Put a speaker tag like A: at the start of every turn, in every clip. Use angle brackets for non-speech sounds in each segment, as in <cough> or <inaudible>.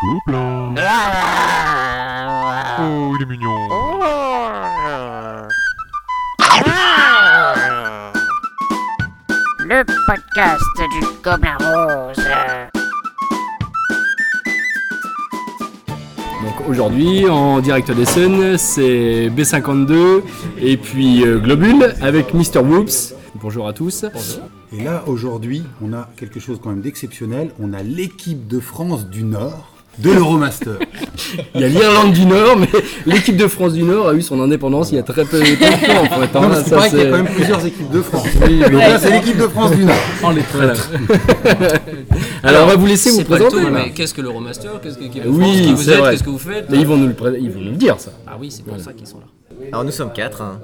A: Pouplan Oh, il est mignon
B: Le podcast du Gobelin Rose.
C: Donc aujourd'hui, en direct d'Essen, c'est B52 et puis euh, Globule avec Mr. Whoops. Bonjour à tous.
D: Et là, aujourd'hui, on a quelque chose quand même d'exceptionnel. On a l'équipe de France du Nord de l'Euromaster.
C: Il y a l'Irlande du Nord, mais <laughs> l'équipe de France du Nord a eu son indépendance il y a très peu peu de temps. En fait, hein.
D: non, parce qu'il
C: Ça,
D: paraît qu'il y
C: c'est-
D: a quand même plusieurs équipes de France. Donc là, c'est l'équipe de France du Nord.
C: Voilà. Alors, on va vous laisser vous
E: C'est pas le
C: présenter.
E: tout,
C: voilà.
E: mais qu'est-ce que l'Euromaster Qu'est-ce que l'équipe de
C: Oui,
E: France Qui vous
C: c'est
E: êtes
C: vrai.
E: Qu'est-ce que vous faites
C: Mais ils vont nous le, pré- ils vont nous le dire, ça.
E: Ah oui, c'est pour ça qu'ils sont là.
F: Alors nous sommes quatre. hein.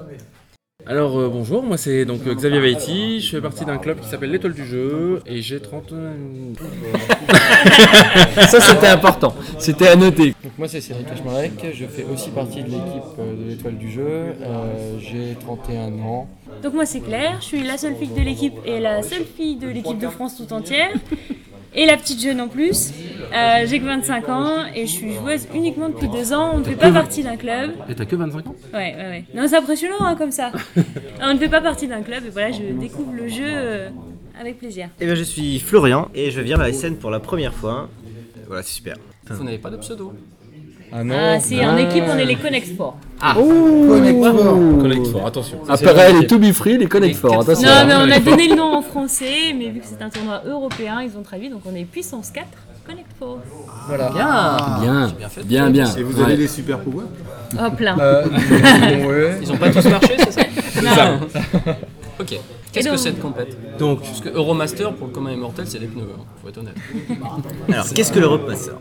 G: Alors euh, bonjour, moi c'est donc euh, Xavier Vaiti, je fais partie d'un club qui s'appelle l'étoile du jeu et j'ai 30
C: Ça, c'était important. C'était à noter.
H: Donc moi c'est Cyril Kachmarek, je fais aussi partie de l'équipe euh, de l'étoile du jeu, Euh, j'ai 31 ans.
I: Donc moi c'est Claire, je suis la seule fille de l'équipe et la seule fille de l'équipe de France tout entière. Et la petite jeune en plus. Euh, J'ai que 25 ans et je suis joueuse uniquement depuis deux ans. On ne fait pas partie d'un club.
G: Et t'as que 25 ans
I: Ouais, ouais, ouais. Non, c'est impressionnant hein, comme ça. On ne fait pas partie d'un club et voilà, je découvre le jeu euh, avec plaisir.
F: Eh bien je suis Florian et je viens à Essen pour la première fois. Voilà, c'est super.
E: Vous n'avez pas de pseudo
G: Ah non
I: Ah, c'est en équipe, on est les Connexport.
G: Connect Fort, attention.
C: Après, les To Be Free, les Connect Four. Attention.
I: Non, mais on a donné le nom en français, mais vu que c'est un tournoi européen, ils ont traduit, donc on est puissance 4 Connect 4.
E: Bien
C: Bien, bien, bien.
D: Et vous
C: Ouais.
D: avez des super pouvoirs
I: Hop là. <laughs>
E: Ils ont pas tous marché, c'est ça Ok. Qu'est-ce
I: Et
E: que
I: donc-
E: cette compète Donc, parce que Euromaster pour le commun immortel, c'est les pneus, hein, faut être honnête.
F: Alors qu'est-ce que l'Europe Master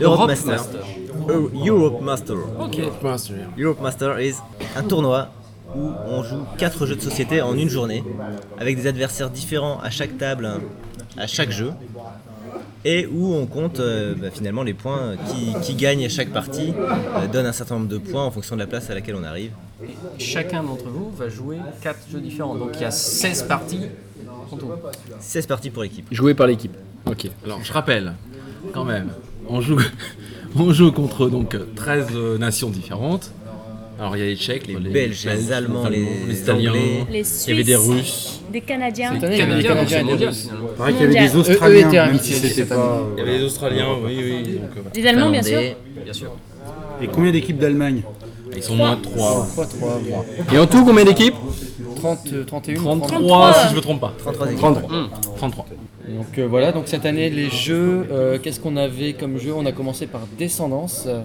F: Europe Master.
E: Master.
F: Eu- Europe Master.
E: Ok.
F: Europe Master is un tournoi où on joue quatre jeux de société en une journée avec des adversaires différents à chaque table, à chaque jeu. Et où on compte euh, bah, finalement les points qui, qui gagnent à chaque partie, euh, donne un certain nombre de points en fonction de la place à laquelle on arrive.
E: Chacun d'entre vous va jouer 4 jeux différents. Donc, il y a 16 parties en tout.
F: 16 parties pour l'équipe.
C: Joué par l'équipe. Ok.
G: Alors je rappelle quand même, on joue, on joue contre donc euh, 13 euh, nations différentes. Alors il y a les Tchèques, les,
F: Belges, les Allemands, les
G: Italiens,
F: Anglais.
I: Les
G: il y avait
I: Suisses,
G: des Russes.
I: des Canadiens.
H: Cette année, il y a des
E: Canadien,
H: Canadiens
E: donc c'est
H: et des
E: mondial
H: Russes.
E: finalement.
D: Il paraît qu'il y avait des
I: Mondial.
H: Eux- eux étaient
D: Australiens, même si
H: invités
D: c'était
H: cette
D: pas... euh,
G: Il y avait les Australiens, oui, oui. donc, euh, voilà.
I: Des Allemands, bien sûr.
F: Finlandais.
E: Bien sûr.
D: Et combien d'équipes d'Allemagne
G: Ils sont moins de 3.
H: 3, 3,
C: Et en tout, combien d'équipes
H: 30, euh, 31,
I: Oh,
G: 33 si je me trompe pas.
F: 33 équipes.
G: 33.
H: Donc euh, voilà, donc cette année les jeux, euh, qu'est-ce qu'on avait comme jeu On a commencé par Descendance, euh,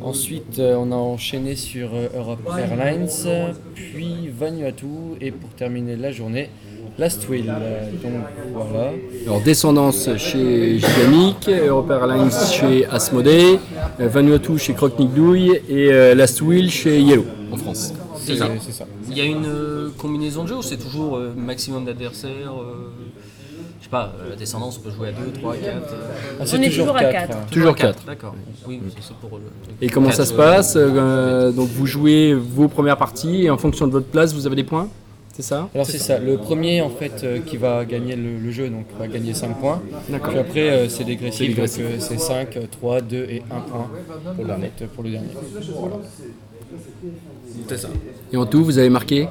H: ensuite euh, on a enchaîné sur euh, Europe Airlines, euh, puis Vanuatu, et pour terminer la journée, Last Will. Euh, donc voilà.
C: Alors Descendance chez Gigamic, Europe Airlines chez Asmodee, euh, Vanuatu chez Croque-Nique Douille et euh, Last Will chez Yellow en France.
E: C'est ça.
H: Euh, C'est ça.
E: Il y a une euh, combinaison de jeux ou c'est toujours euh, maximum d'adversaires euh, Je sais pas, euh, la descendance, on peut jouer à 2, 3, 4.
H: Ah, c'est
I: On est toujours à
H: quatre,
I: quatre.
H: hein.
C: Toujours 4.
E: euh, D'accord. Oui, c'est- c'est pour le.
C: Et comment ça
E: Quatre,
C: se
E: euh,
C: passe Euh, Donc vous jouez vos premières parties et en fonction de votre place, vous avez des points C'est ça
H: Alors c'est ça, le premier en fait euh, qui va gagner le, le jeu, donc va gagner 5 points.
C: D'accord.
H: Puis après euh, c'est dégressif, donc euh, c'est 5, 3, 2 et 1 point pour le, net, pour le dernier.
G: C'est ça.
C: Et en tout, vous avez marqué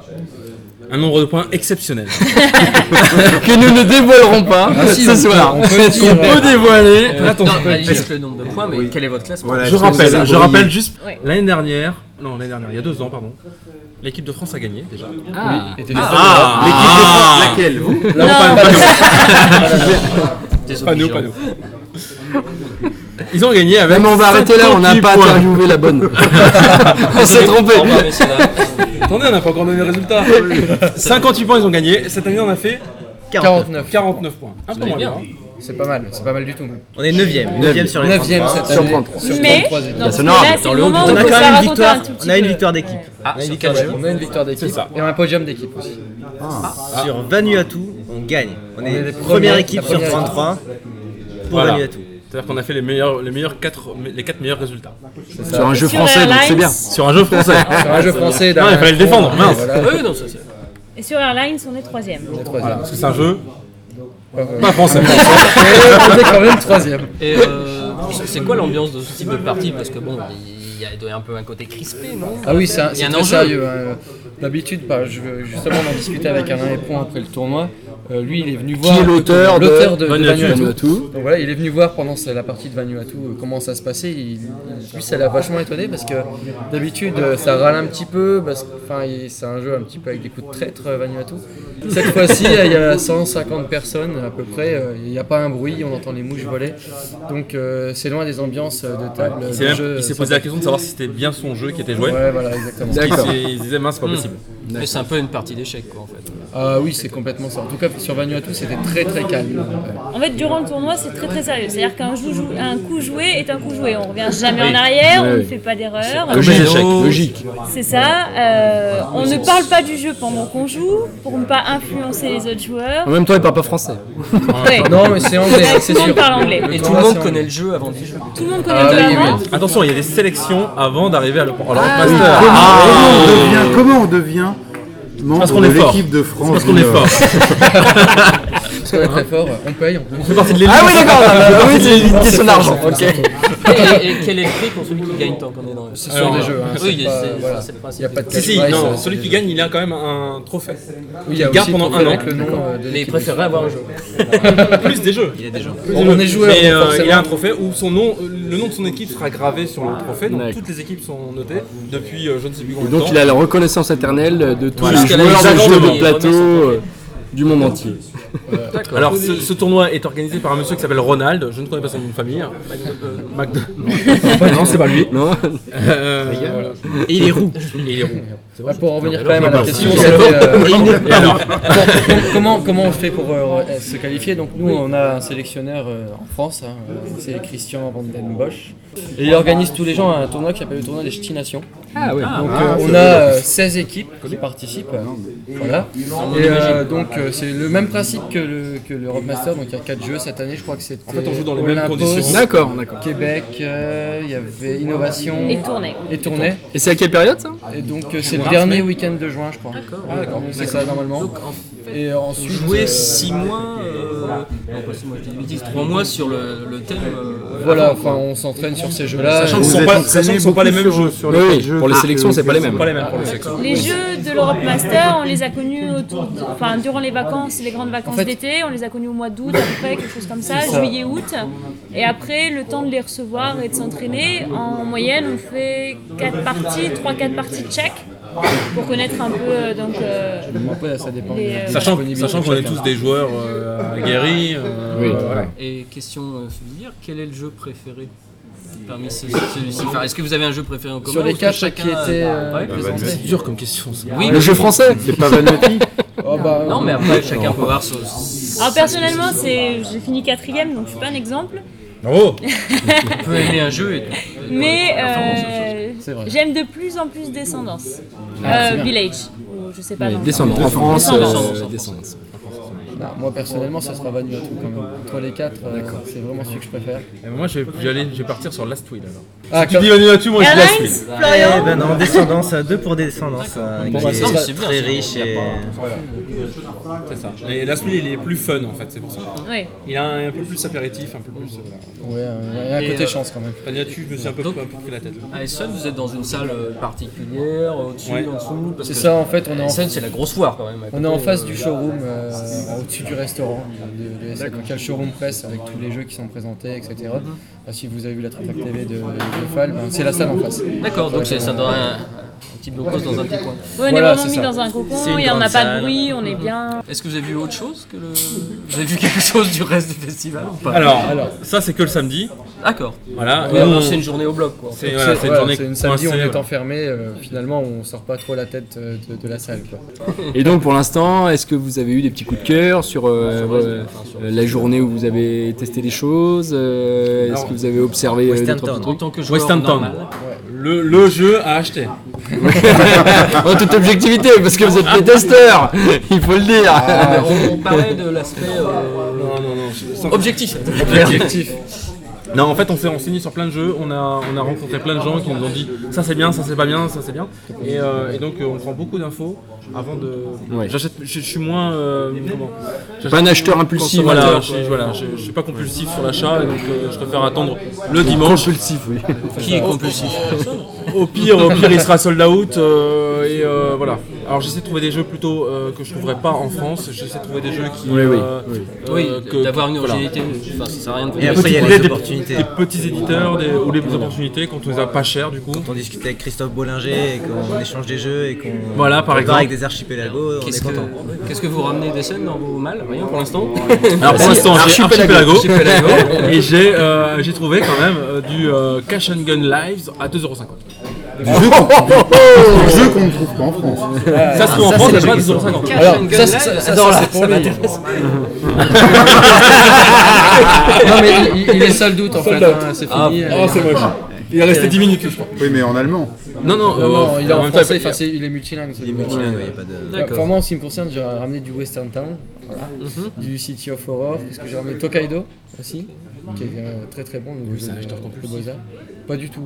G: Un nombre de points exceptionnel.
C: <laughs> Que nous ne dévoilerons pas
H: si,
C: ce
H: on peut-
C: soir.
H: on peut dire,
C: peut dévoiler.
E: Non, bah, juste le nombre de points, mais quel est votre classement
D: Voilà,
G: Je
D: est-ce que vous
G: rappelle,
D: avez
G: je
D: brillé
G: rappelle juste
I: Ouais.
G: l'année dernière, non l'année dernière, il y a deux ans pardon, l'équipe de France a gagné déjà.
C: Ah,
H: Et t'es-
D: Laquelle vous
G: Pas nous, pas nous. Ils ont gagné avec.
C: Même Eh, on va arrêter là, on n'a
G: 58
C: pas
G: points.
C: interviewé la <laughs> bonne. on s'est trompé.
E: Au revoir, messieurs, dames.
G: Attendez, on n'a pas encore donné le résultat. 58 points, ils ont gagné. Cette année, on a fait
H: 49,
G: 49 points. Un peu moins
E: bien.
G: bien.
H: c'est pas mal, c'est pas mal du tout.
F: On est 9ème, 9ème sur les
H: 9ème
F: 33.
H: cette année. sur
I: Mais,
H: 33
I: non,
H: équipes.
I: parce que
C: sonore,
I: là, c'est
E: dans
I: le
E: le
I: moment
E: haut.
I: où
F: On a
I: faut
F: quand
I: se
F: même
I: la
F: une
I: raconter
F: victoire,
I: un tout petit
F: on a une
I: peu.
F: victoire d'équipe.
E: Ah,
F: on a une
E: sur
F: victoire
E: quel jeu
F: d'équipe.
H: On a une victoire d'équipe et un podium d'équipe aussi.
F: Sur Vanuatu, on gagne. On, est,
H: est les
F: première
H: premiers-
F: équipe
H: la
F: sur
H: première
F: 33 pour
G: Voilà.
F: Vanuatu.
G: C'est-à-dire qu'on a fait les meilleurs, les meilleurs quatre, les quatre meilleurs résultats.
C: Sur un jeu
I: Sur
C: français, donc c'est
I: Airlines.
C: bien.
G: Sur un jeu français.
A: Ah,
H: Sur un jeu français.
G: Non, il fallait le défendre, mince.
E: Oui, non, ça c'est.
I: Et sur Airlines, on est troisième.
G: Parce que c'est un jeu pas français.
H: <laughs> On est quand même troisième.
E: Et euh, C'est c'est quoi l'ambiance de ce type de partie Parce que bon, il y a, il doit y avoir un peu un côté crispé, non
H: Ah oui, c'est un-
E: Il y
H: c'est
E: a un
H: très
E: enjeu.
H: sérieux. hein. D'habitude, bah, je, justement, on en discutait avec Alain Épon après le tournoi. Euh, lui, il est venu voir
C: Qui est l'auteur de,
H: l'auteur de, de
C: Vanuatu.
H: Vanuatu.
C: Vanuatu.
H: Donc voilà, il est venu voir pendant sa- la partie de Vanuatu euh, comment ça se passait. Il, il- lui, ça l'a vachement étonné parce que d'habitude, euh, ça râle un petit peu. parce que- Enfin, il- c'est un jeu un petit peu avec des coups de traître, euh, Vanuatu. Cette fois-ci, euh, il y a 150 personnes à peu près. euh, Il n'y a pas un bruit, on entend les mouches voler. Donc euh, c'est loin des ambiances euh, de table.
A: Il
H: de
A: s'est même-
H: jeu,
A: il s'est
H: euh,
A: posé la question de savoir si c'était bien son jeu qui était joué.
H: Ouais, Mm. voilà, exactement.
A: Il
C: D'accord.
A: s'est- il disait mince, c'est pas possible.
E: Mais c'est un peu une partie d'échec, quoi, en fait.
H: Ah oui, c'est complètement ça. En tout cas, sur Vanuatu, c'était très très calme.
I: En fait, durant le tournoi, c'est très très sérieux. C'est-à-dire qu'un jou- jou- un coup joué est un coup joué. On revient jamais en arrière,
C: Ouais,
I: on ne
C: oui.
I: fait pas d'erreur.
C: Logique,
A: échec.
C: logique.
I: C'est ça. euh, on ne parle pas du jeu pendant qu'on joue pour ne pas influencer les autres joueurs.
C: En même temps, il parle pas français.
I: Ouais.
H: Non, mais c'est anglais,
I: Ouais,
H: c'est
I: tout le
H: sûr.
I: monde parle anglais.
E: Et
H: Le
E: tout le
H: tournoi,
E: monde
H: c'est
E: connaît
H: anglais.
E: le jeu avant
H: <laughs>
E: de jouer.
I: Tout le monde connaît
H: Ah
I: le jeu
H: oui,
I: avant.
H: oui.
A: Attention, il y a des sélections avant d'arriver à le. Alors,
H: Ah,
A: master. Ah,
D: Comment on devient, comment on devient membre
A: parce qu'on
D: de
A: est fort.
D: l'équipe de France
A: Parce qu'on est
D: junior
A: fort.
H: Parce qu'on est très fort, on paye, on paye.
A: C'est parti de l'élite.
C: Ah bah <laughs> oui, c'est une question d'argent.
E: Et, et quel est le prix pour celui qui gagne tant qu'on est dans le
H: C'est sur des jeux. Hein, c'est
E: Oui, c'est
H: pas-
E: c'est-
H: voilà.
E: c'est le
H: Il n'y a
E: principe.
H: pas de
A: Si,
H: cash
A: si,
H: prize,
A: non,
H: euh,
A: celui
H: c'est
A: qui
H: des jeux.
A: gagne, il a quand même un trophée.
H: Oui, il y a
A: il garde
H: aussi
A: pendant
H: trophée
A: un
H: avec
A: an.
H: le nom euh, de
E: Mais il
H: l'équipe.
E: préférerait avoir un jeu.
A: Plus des jeux.
H: On on est joueur,
A: Mais euh,
H: donc
A: il a
H: forcément.
A: un trophée où son nom, euh, le nom de son équipe sera gravé sur le trophée. Donc
C: D'accord.
A: toutes les équipes sont notées depuis euh, je ne sais plus combien de
C: Donc,
A: temps.
C: il a la reconnaissance éternelle de tous
A: Voilà.
C: les
A: Jusqu'à la
C: joueurs de
A: Ligue
C: jeux
A: des
C: de plateau euh, du monde entier.
A: Alors ce, ce tournoi est organisé par un monsieur qui s'appelle Ronald. Je ne connais pas son nom de famille. McDo. non, c'est pas lui.
C: Non
A: Euh,
F: Et il est roux.
A: et il est roux.
H: Bah, pour en revenir quand même à la
A: bah,
H: question,
A: si,
H: c'était, <laughs> euh,
A: Et alors
H: <laughs> comment, comment on fait pour euh, se qualifier Donc nous, on a un sélectionneur euh, en France, hein, euh, c'est Christian Van Den Bosch.
A: Ah.
H: Et il organise tous les gens à un tournoi qui s'appelle le tournoi des Six Nations.
C: Ah oui.
H: Donc euh, on a euh, 16 équipes qui participent.
C: Ah,
H: Voilà. Et euh, donc euh, c'est le même principe que le que l'Europe Master, donc il y a 4 jeux cette année, je crois que c'était. En
A: fait, on joue dans les mêmes conditions.
C: <laughs> D'accord, d'accord.
H: Québec, euh, il y avait Innovation
I: Et tourner.
H: et Tournai.
C: Et c'est à quelle période ça
E: Ah,
H: Et donc euh, c'est le dernier week-end de juin, je crois. C'est ça normalement. Et ensuite.
E: Jouer
H: euh,
E: 6 mois, euh, non pas 6 mois, je dis 3 mois sur le, le thème. euh,
H: Voilà, enfin on s'entraîne sur ces jeux-là.
A: Sachant que
H: Et-
A: ce
D: Vous
A: sont
D: êtes
A: pas-
D: entraînés
A: sachant que ce sont pas les
D: beaucoup
A: mêmes
D: sur-
A: jeux.
D: sur
C: Oui,
D: les
C: oui,
D: quatre jeux.
C: pour les
D: Ah,
C: sélections,
D: que-
C: c'est pas les mêmes.
A: Pas les mêmes pour les sexes.
I: Les jeux de l'Europe Master, on les a connus autour, de- enfin, durant les vacances, les grandes vacances
H: fait-
I: d'été. On les a connus au mois d'août, après, quelque chose comme ça, juillet-août. Et après, le temps de les recevoir et de s'entraîner, en moyenne, on fait 4 parties, 3-4 parties de chaque, pour connaître un peu euh, donc, euh,
H: Après, ça dépend.
I: les, euh,
A: Sachant,
H: disponibilité
A: sachant
H: de
A: qu'on est
H: chacun.
A: tous des joueurs euh, aguerris. euh,
C: Oui.
A: voilà.
E: Et question euh, souvenir, quel est le jeu préféré parmi ces- celui-ci Enfin, Est-ce que vous avez un jeu préféré en commun
H: Sur les
E: ou est-ce que
H: quatre,
E: chacun
H: qui
E: a-
H: étaient, euh,
E: Ouais, présenté
G: C'est dur comme question. ça.
E: Oui,
C: Le jeu français
D: Ah, C'est
C: <laughs>
D: pas
H: <laughs>
D: Vanuatu
H: Oh, bah,
E: Non, mais après, chacun peut voir son.
I: Alors personnellement, c'est j'ai fini quatrième, donc je suis pas un exemple,
A: Bravo
E: peut aimer un jeu. Et...
I: mais
E: performance,
I: euh,
H: C'est vrai.
I: j'aime de plus en plus Descendance,
H: c'est
I: Euh,
H: bien.
I: Village, ou je sais pas. dans le-
C: Descendance. En France,
I: Descendance.
C: euh, descendance.
H: non, moi personnellement, ça sera Vanuatu quand même. Entre les quatre, euh, c'est vraiment celui que je préfère.
A: Et Moi, je vais, je vais aller- je vais partir sur Last Wheel alors.
H: Ah,
A: Tu dis Vanuatu, moi je dis Last Wheel.
I: Airlines, Florian.
F: Eh ben non, descendance, deux pour descendance. euh,
H: Bon,
F: qui
H: bah,
F: est
H: ça,
E: c'est bien,
F: très
E: ça.
F: riche et.
A: C'est ça. Et Last Wheel, il est plus fun en fait, c'est pour ça.
I: Ouais.
A: Il a un, un peu plus apéritif, un peu plus. euh,
H: Ouais, euh, il y a un
E: Et,
H: côté
E: euh,
H: chance quand même.
A: Voilà. Vanuatu, je me suis un peu, un peu pris la tête.
E: À Essen, vous êtes dans une salle euh, particulière, au-dessus,
A: Ouais.
E: en dessous. parce
H: C'est
E: que
H: ça, en fait, on est en,
E: Essen, c'est la grosse foire quand même. à
H: on
E: côté,
H: est en
E: euh,
H: face du showroom, euh, au-dessus du restaurant de, de SN. Donc il y a le showroom presse avec tous les jeux qui sont présentés, etc.
E: Mhm.
H: Bah, si vous avez vu la Trafac TV de, de Fall, ben, c'est la salle en face.
E: D'accord, donc c'est ça dans un, un petit blocos dans un petit coin.
I: Ouais, on
H: Voilà,
I: est vraiment
H: c'est
I: mis
H: ça.
I: dans un cocon,
F: C'est une
I: il y en a
F: grande
I: pas
F: salle.
I: de bruit, on est bien.
E: Est-ce que vous avez vu autre chose que le. Vous avez vu quelque chose du reste du festival ou pas
A: Alors, ça c'est que le samedi.
E: D'accord.
A: Voilà.
E: Ouais,
A: Nous,
E: alors,
A: on-
E: C'est une journée au bloc quoi. en fait.
A: c'est voilà,
H: C'est
A: c'est une
H: voilà,
A: journée
H: c'est une samedi, on
A: coincée,
H: est
A: voilà.
H: enfermé, euh, finalement on sort pas trop la tête euh, de, de la salle. quoi.
C: Et donc pour l'instant, est-ce que vous avez eu des petits coups de cœur sur euh, euh, euh, la journée où vous avez testé des choses euh, Est-ce que vous avez observé euh, des
F: Western
C: trois petits
F: Town.
C: <laughs>
E: En tant que joueur
A: Western Town.
E: normal,
A: Le, le jeu à acheter.
C: trucs En Oh, toute objectivité, parce que vous êtes des testeurs, <laughs> il faut le dire.
A: Ah,
E: euh, on, on parlait de l'aspect euh,
A: Non, non, non. je- sans-
E: objectif.
A: Objectif. <laughs> Non, en fait, on s'est renseigné sur plein de jeux. On a, on a rencontré plein de gens qui nous ont dit ça c'est bien, ça c'est pas bien, ça c'est bien. Et, euh, et donc, euh, on prend beaucoup d'infos. avant de.
C: Ouais.
A: J'achète, je, je suis moins. euh, comment J'achète-
C: Pas un acheteur impulsif, hein.
A: Voilà,
C: amateur.
A: je, voilà, je, je suis pas compulsif sur l'achat, et donc euh, je préfère attendre le dimanche.
C: Compulsif, oui.
E: Qui est compulsif
A: Au pire, au pire, il sera sold out euh, et euh, voilà. Alors j'essaie de trouver des jeux plutôt euh, que je trouverais pas en France. J'essaie de trouver des jeux qui.
C: Oui, oui,
A: euh,
C: oui.
A: euh,
E: Oui,
A: que-
E: d'avoir une
A: voilà.
E: originalité. Enfin, ça sert à rien de.
F: Et après, il y a
A: Des-
F: les
A: des-
F: opportunités.
A: Des petits éditeurs des- ou les opportunités quand on les a pas chers du coup.
F: Quand on discute avec Christophe Bollinger et qu'on échange des jeux et qu'on
A: Voilà, par
F: compare
A: exemple.
F: avec des archipelagos, on est
E: Qu'est-ce que,
F: content.
E: qu'est-ce que vous ramenez des scènes dans vos malles Rien pour l'instant
A: Alors pour l'instant, j'ai Archipelago.
E: Archipelago.
A: <laughs> Et j'ai euh, j'ai trouvé quand même euh, du euh, Cash and Gun Lives à 2,50€.
D: Un jeu qu'on ne trouve pas en France.
A: Ça se trouve en France, déjà à 2,50€.
E: Cash and Gun
H: ça, ça,
E: Live,
H: ça, ça,
E: alors là,
H: c'est pour
E: ça
H: lui.
E: m'intéresse.
H: <laughs> non, mais il, il est sold out en fait, hein, c'est fini. Euh,
A: Il est resté 10 minutes, je crois.
D: Oui, mais en allemand.
A: Non, non, euh,
H: non, il est
A: en
H: Oh, en
A: même temps,
H: français,
A: il-
H: enfin, c'est- il est multilingue. c'est bon.
F: Multilingue, ouais, y a pas de-
H: Ouais, Enfin, moi, en ce qui me concerne, j'ai ramené du Western Town, voilà, du City of Horror, parce que j'ai ramené Tokaido aussi, qui est euh, très très bon. Oui, c'est un acheteur Pas du tout,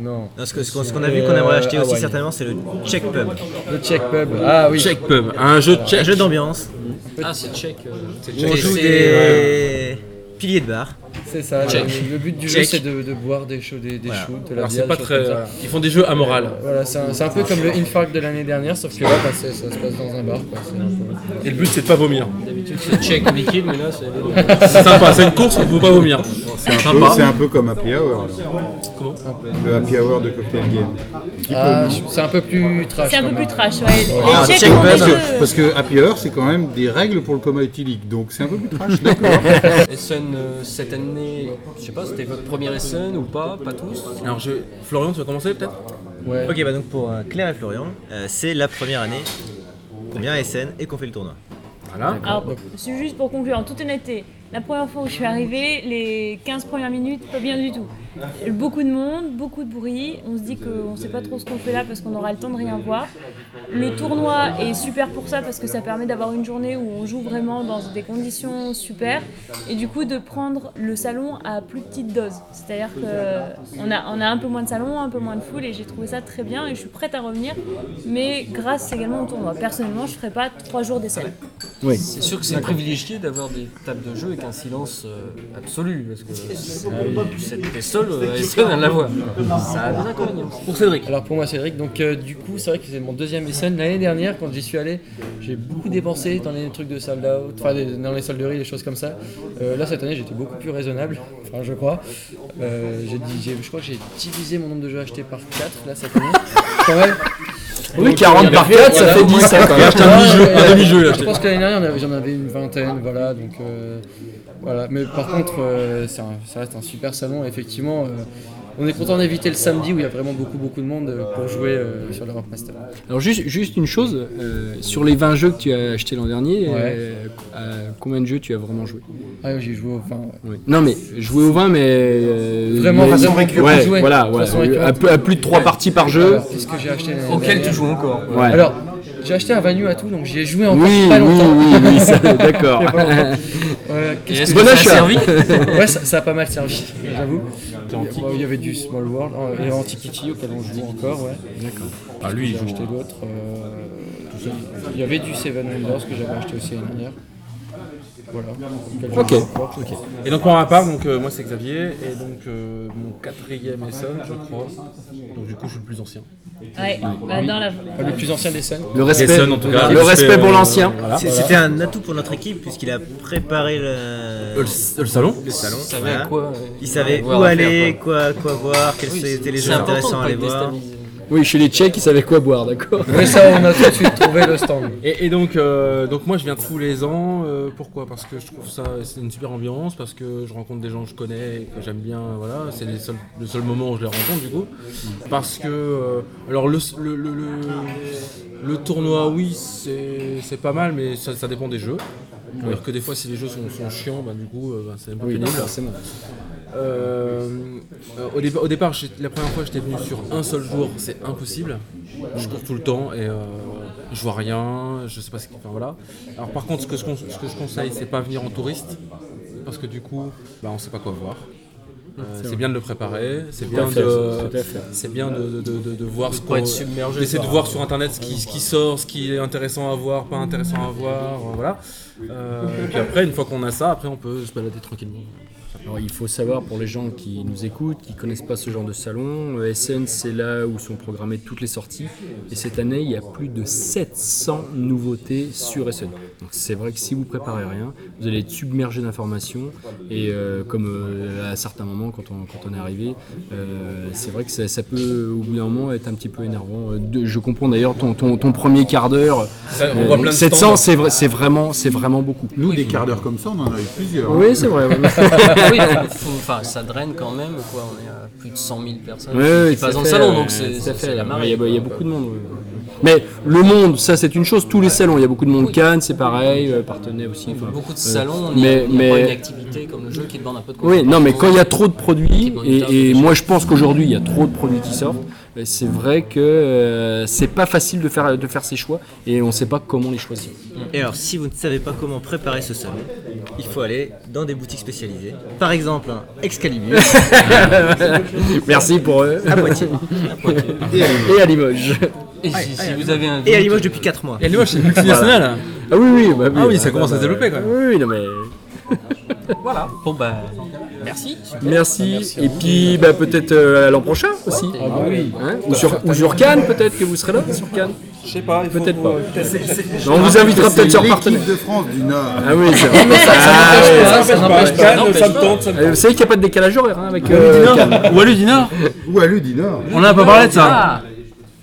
H: non.
F: Non, ce que- ce qu'on ce qu'on a vu qu'on aimerait acheter
H: Euh,
F: aussi
H: Hawaii.
F: certainement, c'est le Check Pub.
H: Le Czech Pub, ah oui.
A: Check Pub, un jeu de
F: Un
A: check.
F: jeu d'ambiance
E: Ah, c'est check. euh, c'est
F: où on
E: check.
F: joue
E: C'est-
F: des piliers de bar.
H: C'est ça, le, le but du jeu
F: Check.
H: c'est de, de boire des, cho- des, des shoots, de la
E: Euh,
A: Alors
H: bière,
A: c'est pas
H: des choses
A: très. euh,
H: comme ça.
A: Ils font des jeux amoral.
H: Voilà, c'est un, c'est un peu comme le Infarct de l'année dernière, sauf que là bah, c'est- ça se passe dans un bar. Quoi. c'est un
A: Et le but c'est de pas vomir.
E: D'habitude, c'est check liquide, mais là, c'est.
A: C'est sympa, c'est une course, on peut pas vomir.
D: C'est un, peu- c'est un peu comme Happy Hour. alors. Le Happy Hour de Cocktail Game.
H: peu- Ah, c'est un peu plus trash.
I: C'est un
H: quand
I: peu
H: même.
I: plus trash, ouais.
F: Ah,
I: Les checks
F: check
I: ont des
F: back.
D: Parce
I: jeux.
D: que, parce que Happy Hour, c'est quand même des règles pour le coma éthylique. Donc c'est un peu plus trash, d'accord.
E: Essen, euh, cette année, je sais pas, c'était votre premier Essen ou pas Pas tous
A: Alors je... Florian, tu vas commencer peut-être
H: Ouais.
F: Ok, bah donc pour euh, Claire et Florian, euh, c'est la première année qu'on vient à SN et qu'on fait le tournoi.
A: Voilà.
I: Alors, c'est juste pour conclure, en toute honnêteté, la première fois où je suis arrivée, les 15 premières minutes, pas bien du tout. Beaucoup de monde, beaucoup de bruit, on se dit qu'on ne sait pas trop ce qu'on fait là parce qu'on aura le temps de rien voir. Le tournoi est super pour ça parce que ça permet d'avoir une journée où on joue vraiment dans des conditions super et du coup de prendre le salon à plus petite dose. C'est-à-dire qu'on a, on a un peu moins de salon, un peu moins de foule et j'ai trouvé ça très bien et je suis prête à revenir, mais grâce également au tournoi. Personnellement, je ne ferai pas trois jours d'essai.
E: C'est sûr que c'est privilégié d'avoir des tables de jeu et qu'un silence euh, absolu, parce que c'était seul euh, à Essen à l'avoir. Ça a des inconvénients.
A: Pour Cédric.
H: Alors pour moi Cédric, donc euh, du coup c'est vrai que c'est mon deuxième Essen. L'année dernière quand j'y suis allé, j'ai beaucoup dépensé dans les trucs de sold out, enfin des- dans les solderies, des choses comme ça. Euh, là cette année j'étais beaucoup plus raisonnable, <laughs> enfin je crois. Euh, j'ai dit- j'ai- je crois que j'ai divisé mon nombre de jeux achetés par 4 là cette
I: <laughs>
H: année. Quand même.
C: Oui, 40 par 4, ça fait 10. ça, quand même.
H: Ouais, ouais,
A: demi-jeu, il a
H: Je
A: acheté.
H: pense que l'année dernière on avait- j'en avais une vingtaine, voilà donc. euh, voilà, mais par contre, euh, c'est un- ça reste un super salon. Effectivement, euh, on est content d'éviter le samedi où il y a vraiment beaucoup, beaucoup de monde euh, pour jouer euh, sur l'Europe Master.
C: Alors juste, juste une chose, euh, sur les 20 jeux que tu as achetés l'an dernier,
H: Ouais.
C: euh, à combien de jeux tu as vraiment joué
H: Ah, j'ai joué au 20. ouais.
C: Non mais joué aux 20 mais... euh,
H: Vraiment,
C: mais-
H: façon récurrente.
C: Ouais,
H: Jouer.
C: voilà, ouais,
H: Façon récurrente.
C: à, plus- à plus de 3 parties par
A: Euh,
C: jeu.
H: Alors, Qu'est-ce que j'ai acheté l'année
E: Auquel
H: dernière
E: tu joues encore
C: Ouais.
H: Alors, j'ai acheté un Vanue à tout, donc j'y ai joué encore
C: oui,
H: pas
C: oui,
H: longtemps.
C: oui, oui, ça, <laughs> d'accord.
H: Ouais,
E: Et
H: qu'est-ce
E: est-ce
H: que-
E: que
C: Bon
E: ça a
C: achat.
E: servi
H: <laughs> ouais, ça, ça a pas mal servi, j'avoue. Bon, Il y avait du Small World euh, et Antiquity auquel on joue encore, ouais.
G: Ah, lui, il
H: J'ai
G: joue.
H: acheté d'autres. euh, Il y avait du Seven Wonders que j'avais acheté aussi l'année dernière. Voilà.
C: Ok.
A: Et donc pour ma part, donc, euh, moi c'est Xavier, et donc euh, mon quatrième SN, je crois. Donc du coup, je suis le plus ancien.
I: Ouais, bah, dans la...
H: Ah, Le plus ancien des scènes.
C: Le respect,
A: Essonne, en tout cas.
C: le respect pour
A: euh,
C: l'ancien.
A: voilà.
F: C'est- C'était un atout pour notre équipe puisqu'il a préparé le,
A: Euh, le, le salon
F: le salon.
E: Il savait
F: voilà.
E: à quoi, euh,
F: Il savait
E: avoir
F: où
E: à faire,
F: aller,
E: quoi.
F: quoi, quoi voir, quels
E: <laughs> Oui,
F: étaient les
E: c'est
F: jeux
E: important de
F: intéressants à
E: pas
F: aller
E: être
F: voir. <laughs>
E: déstabilisé.
C: Oui, chez les Tchèques, ils savaient quoi boire, d'accord
H: Mais ça, on a tout de suite trouvé le stand.
A: Et, et donc, euh, donc moi je viens tous les ans. euh, pourquoi Parce que je trouve ça c'est une super ambiance, parce que je rencontre des gens que je connais, et que j'aime bien. Voilà, c'est les seuls- le seul moment où je les rencontre du coup. Parce que euh, alors le le, le- le- le tournoi, oui, c'est c'est pas mal, mais ça, ça dépend des jeux. Alors que des fois, si les jeux sont, sont chiants, bah, du coup, euh, bah, c'est un peu pénible. Euh, euh, au, dé- au départ, j'ai- la première fois, j'étais venu sur un seul jour, c'est impossible. Je cours tout le temps et euh, je vois rien, je sais pas ce qu'il enfin, voilà. Alors par contre, ce que je, con- ce que je conseille, c'est pas venir en touriste parce que du coup, bah, on sait pas quoi voir. Euh, c'est bien de le préparer, c'est bien
C: à fait,
A: de,
C: Ah, tout à fait.
A: c'est bien de, de- de- de- de voir ce
E: pas
A: qu'on,
E: être submergé
A: d'essayer de
E: par-
A: voir sur internet ce qui, ce qui sort, ce qui est intéressant à voir, pas intéressant à voir, euh, voilà. Euh, et puis après, une fois qu'on a ça, après on peut se balader tranquillement.
C: Alors, il faut savoir pour les gens qui nous écoutent, qui connaissent pas ce genre de salon, euh, SN c'est là où sont programmées toutes les sorties. Et cette année, il y a plus de 700 nouveautés sur SN. Donc c'est vrai que si vous préparez rien, vous allez être submergé d'informations. Et euh, comme euh, à certains moments, quand on, quand on est arrivé, euh, c'est vrai que ça, ça peut au bout d'un moment être un petit peu énervant. Euh, de- je comprends d'ailleurs ton, ton- ton premier quart d'heure.
A: Ça, on
C: Euh,
A: voit plein de
C: 700,
A: stands.
C: c'est vrai- c'est vraiment, c'est vraiment beaucoup.
D: Nous, <laughs> des quarts d'heure comme ça, on en a eu plusieurs. hein.
C: Oui, c'est vrai. ouais.
A: <laughs>
E: Ah oui, faut- faut- enfin, ça draine quand même, quoi. On est à plus de 100 000 personnes
C: Oui,
E: qui
C: oui,
E: passent
C: tout à
E: dans le
C: fait,
E: salon,
C: ouais,
E: donc
C: tout
E: c'est
C: à
E: c'est-
C: fait.
E: c'est la marée.
C: Il y, a, il y a beaucoup de monde. ouais. Mais le monde, ça c'est une chose, tous les salons, il y a beaucoup de monde. Cannes, c'est pareil, euh, Partenay aussi. enfin,
E: Beaucoup de
C: euh,
E: salons, on
C: mais-
E: mais, il n'y a pas
C: mais-
E: une activité comme le jeu qui demande un peu de
C: Oui, non, mais quand il y a trop de produits,
E: Petit moniteur,
C: et, et
E: des
C: moi je pense qu'aujourd'hui il y a trop de produits qui sortent, euh, c'est vrai que euh, c'est pas facile de faire, de faire ses choix et on sait pas comment les choisir.
F: Et alors, si vous ne savez pas comment préparer ce salon, il faut aller dans des boutiques spécialisées. Par exemple, un
E: <laughs>
F: Excalibur.
C: Merci pour eux. À <laughs> Poitiers. et à Limoges.
E: Et si, si vous avez un
F: Et à
E: doute,
F: Limoges depuis 4 mois.
A: Et Limoges, c'est multinational.
C: Ah oui, oui, bah
A: Ah oui, ça
C: bah,
A: commence à se
C: bah,
A: développer, quand même.
C: Oui, oui, non mais.
A: <laughs>
E: voilà. Bon bah, merci.
C: Merci. Et puis bah, peut-être euh, à l'an prochain aussi.
A: Ah bah
C: Hein ou, sur, ou sur Cannes peut-être que vous serez là sur Cannes.
J: Je sais pas, il faut
C: Peut-être
J: que-
C: pas.
J: peut-être-
C: On vous invitera
D: C'est
C: peut-être sur Partenay.
D: l'équipe de France du Nord.
C: Ah oui,
J: <laughs>
C: c'est vrai. Ah
J: Ça, ça n'empêche pas, ça me tente, ça me
C: Euh, Vous savez qu'il n'y a pas de décalage horaire hein, avec euh, Cannes.
G: Ou à Ludinor
D: Ou à Ludinor.
G: On en a pas parlé de ça.
E: Ah,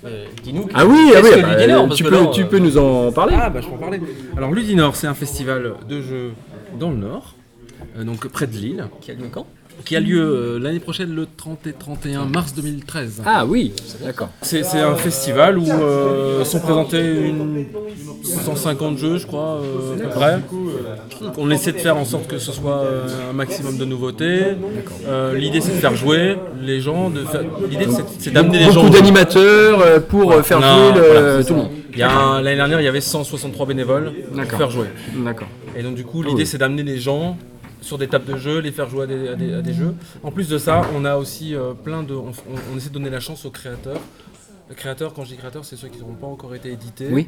E: Euh, Dis-nous que-
C: Ah oui, ah
E: Qu'est-ce
C: oui,
E: que
C: bah,
E: l'idée, non, parce
C: tu,
E: que
C: peux,
E: non,
C: tu
E: euh,
C: peux nous en parler.
A: Ah bah je peux en parler. Alors Ludinor, c'est un festival de jeux dans le Nord, euh, donc près de Lille,
E: Quel lieu quand
A: qui a lieu euh, l'année prochaine le 30 et 31 mars 2013.
C: Ah oui, d'accord.
A: C'est c'est un festival où euh, sont présentés une 150 jeux, je crois, euh, à peu près. On essaie de faire en sorte que ce soit euh, un maximum de nouveautés. Euh, L'idée, c'est de faire jouer les gens. de faire- L'idée, c'est- c'est
J: ben,
A: d'amener les gens.
C: Beaucoup
A: au jeu.
C: d'animateurs euh, pour euh, faire
A: Non,
C: jouer le-
A: voilà, c'est
C: tout le monde.
A: Il y a un- L'année dernière, il y avait 163 bénévoles pour
C: D'accord.
A: faire jouer.
C: D'accord. Ah
A: Et donc du coup, l'idée c'est d'amener les gens sur des tables de jeu, les faire jouer à des, à des- à des jeux. En plus de ça, on a aussi euh, plein de, on, on- on essaie de donner la chance aux créateurs. Les créateurs, quand je dis créateurs, c'est ceux qui n'auront pas encore été édités.
C: Oui.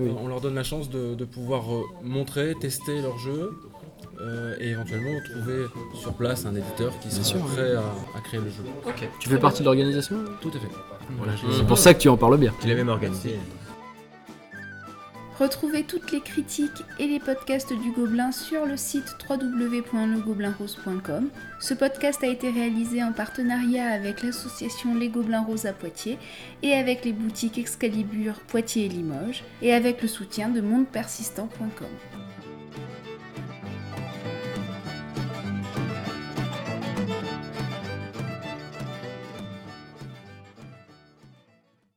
A: Euh, On leur donne la chance de, de pouvoir euh, montrer, tester leur jeu. euh, et éventuellement trouver sur place un éditeur qui sera prêt à, à créer le jeu.
C: Tu fais partie de l'organisation
A: Tout à fait. Mmh. Voilà, je-
C: C'est pour ça que tu en parles bien.
F: Je l'ai même organisé.
K: Retrouvez toutes les critiques et les podcasts du Gobelin sur le site www.legobelinrose.com. Ce podcast a été réalisé en partenariat avec l'association Les Gobelins Roses à Poitiers et avec les boutiques Excalibur, Poitiers et Limoges et avec le soutien de mondepersistant.com.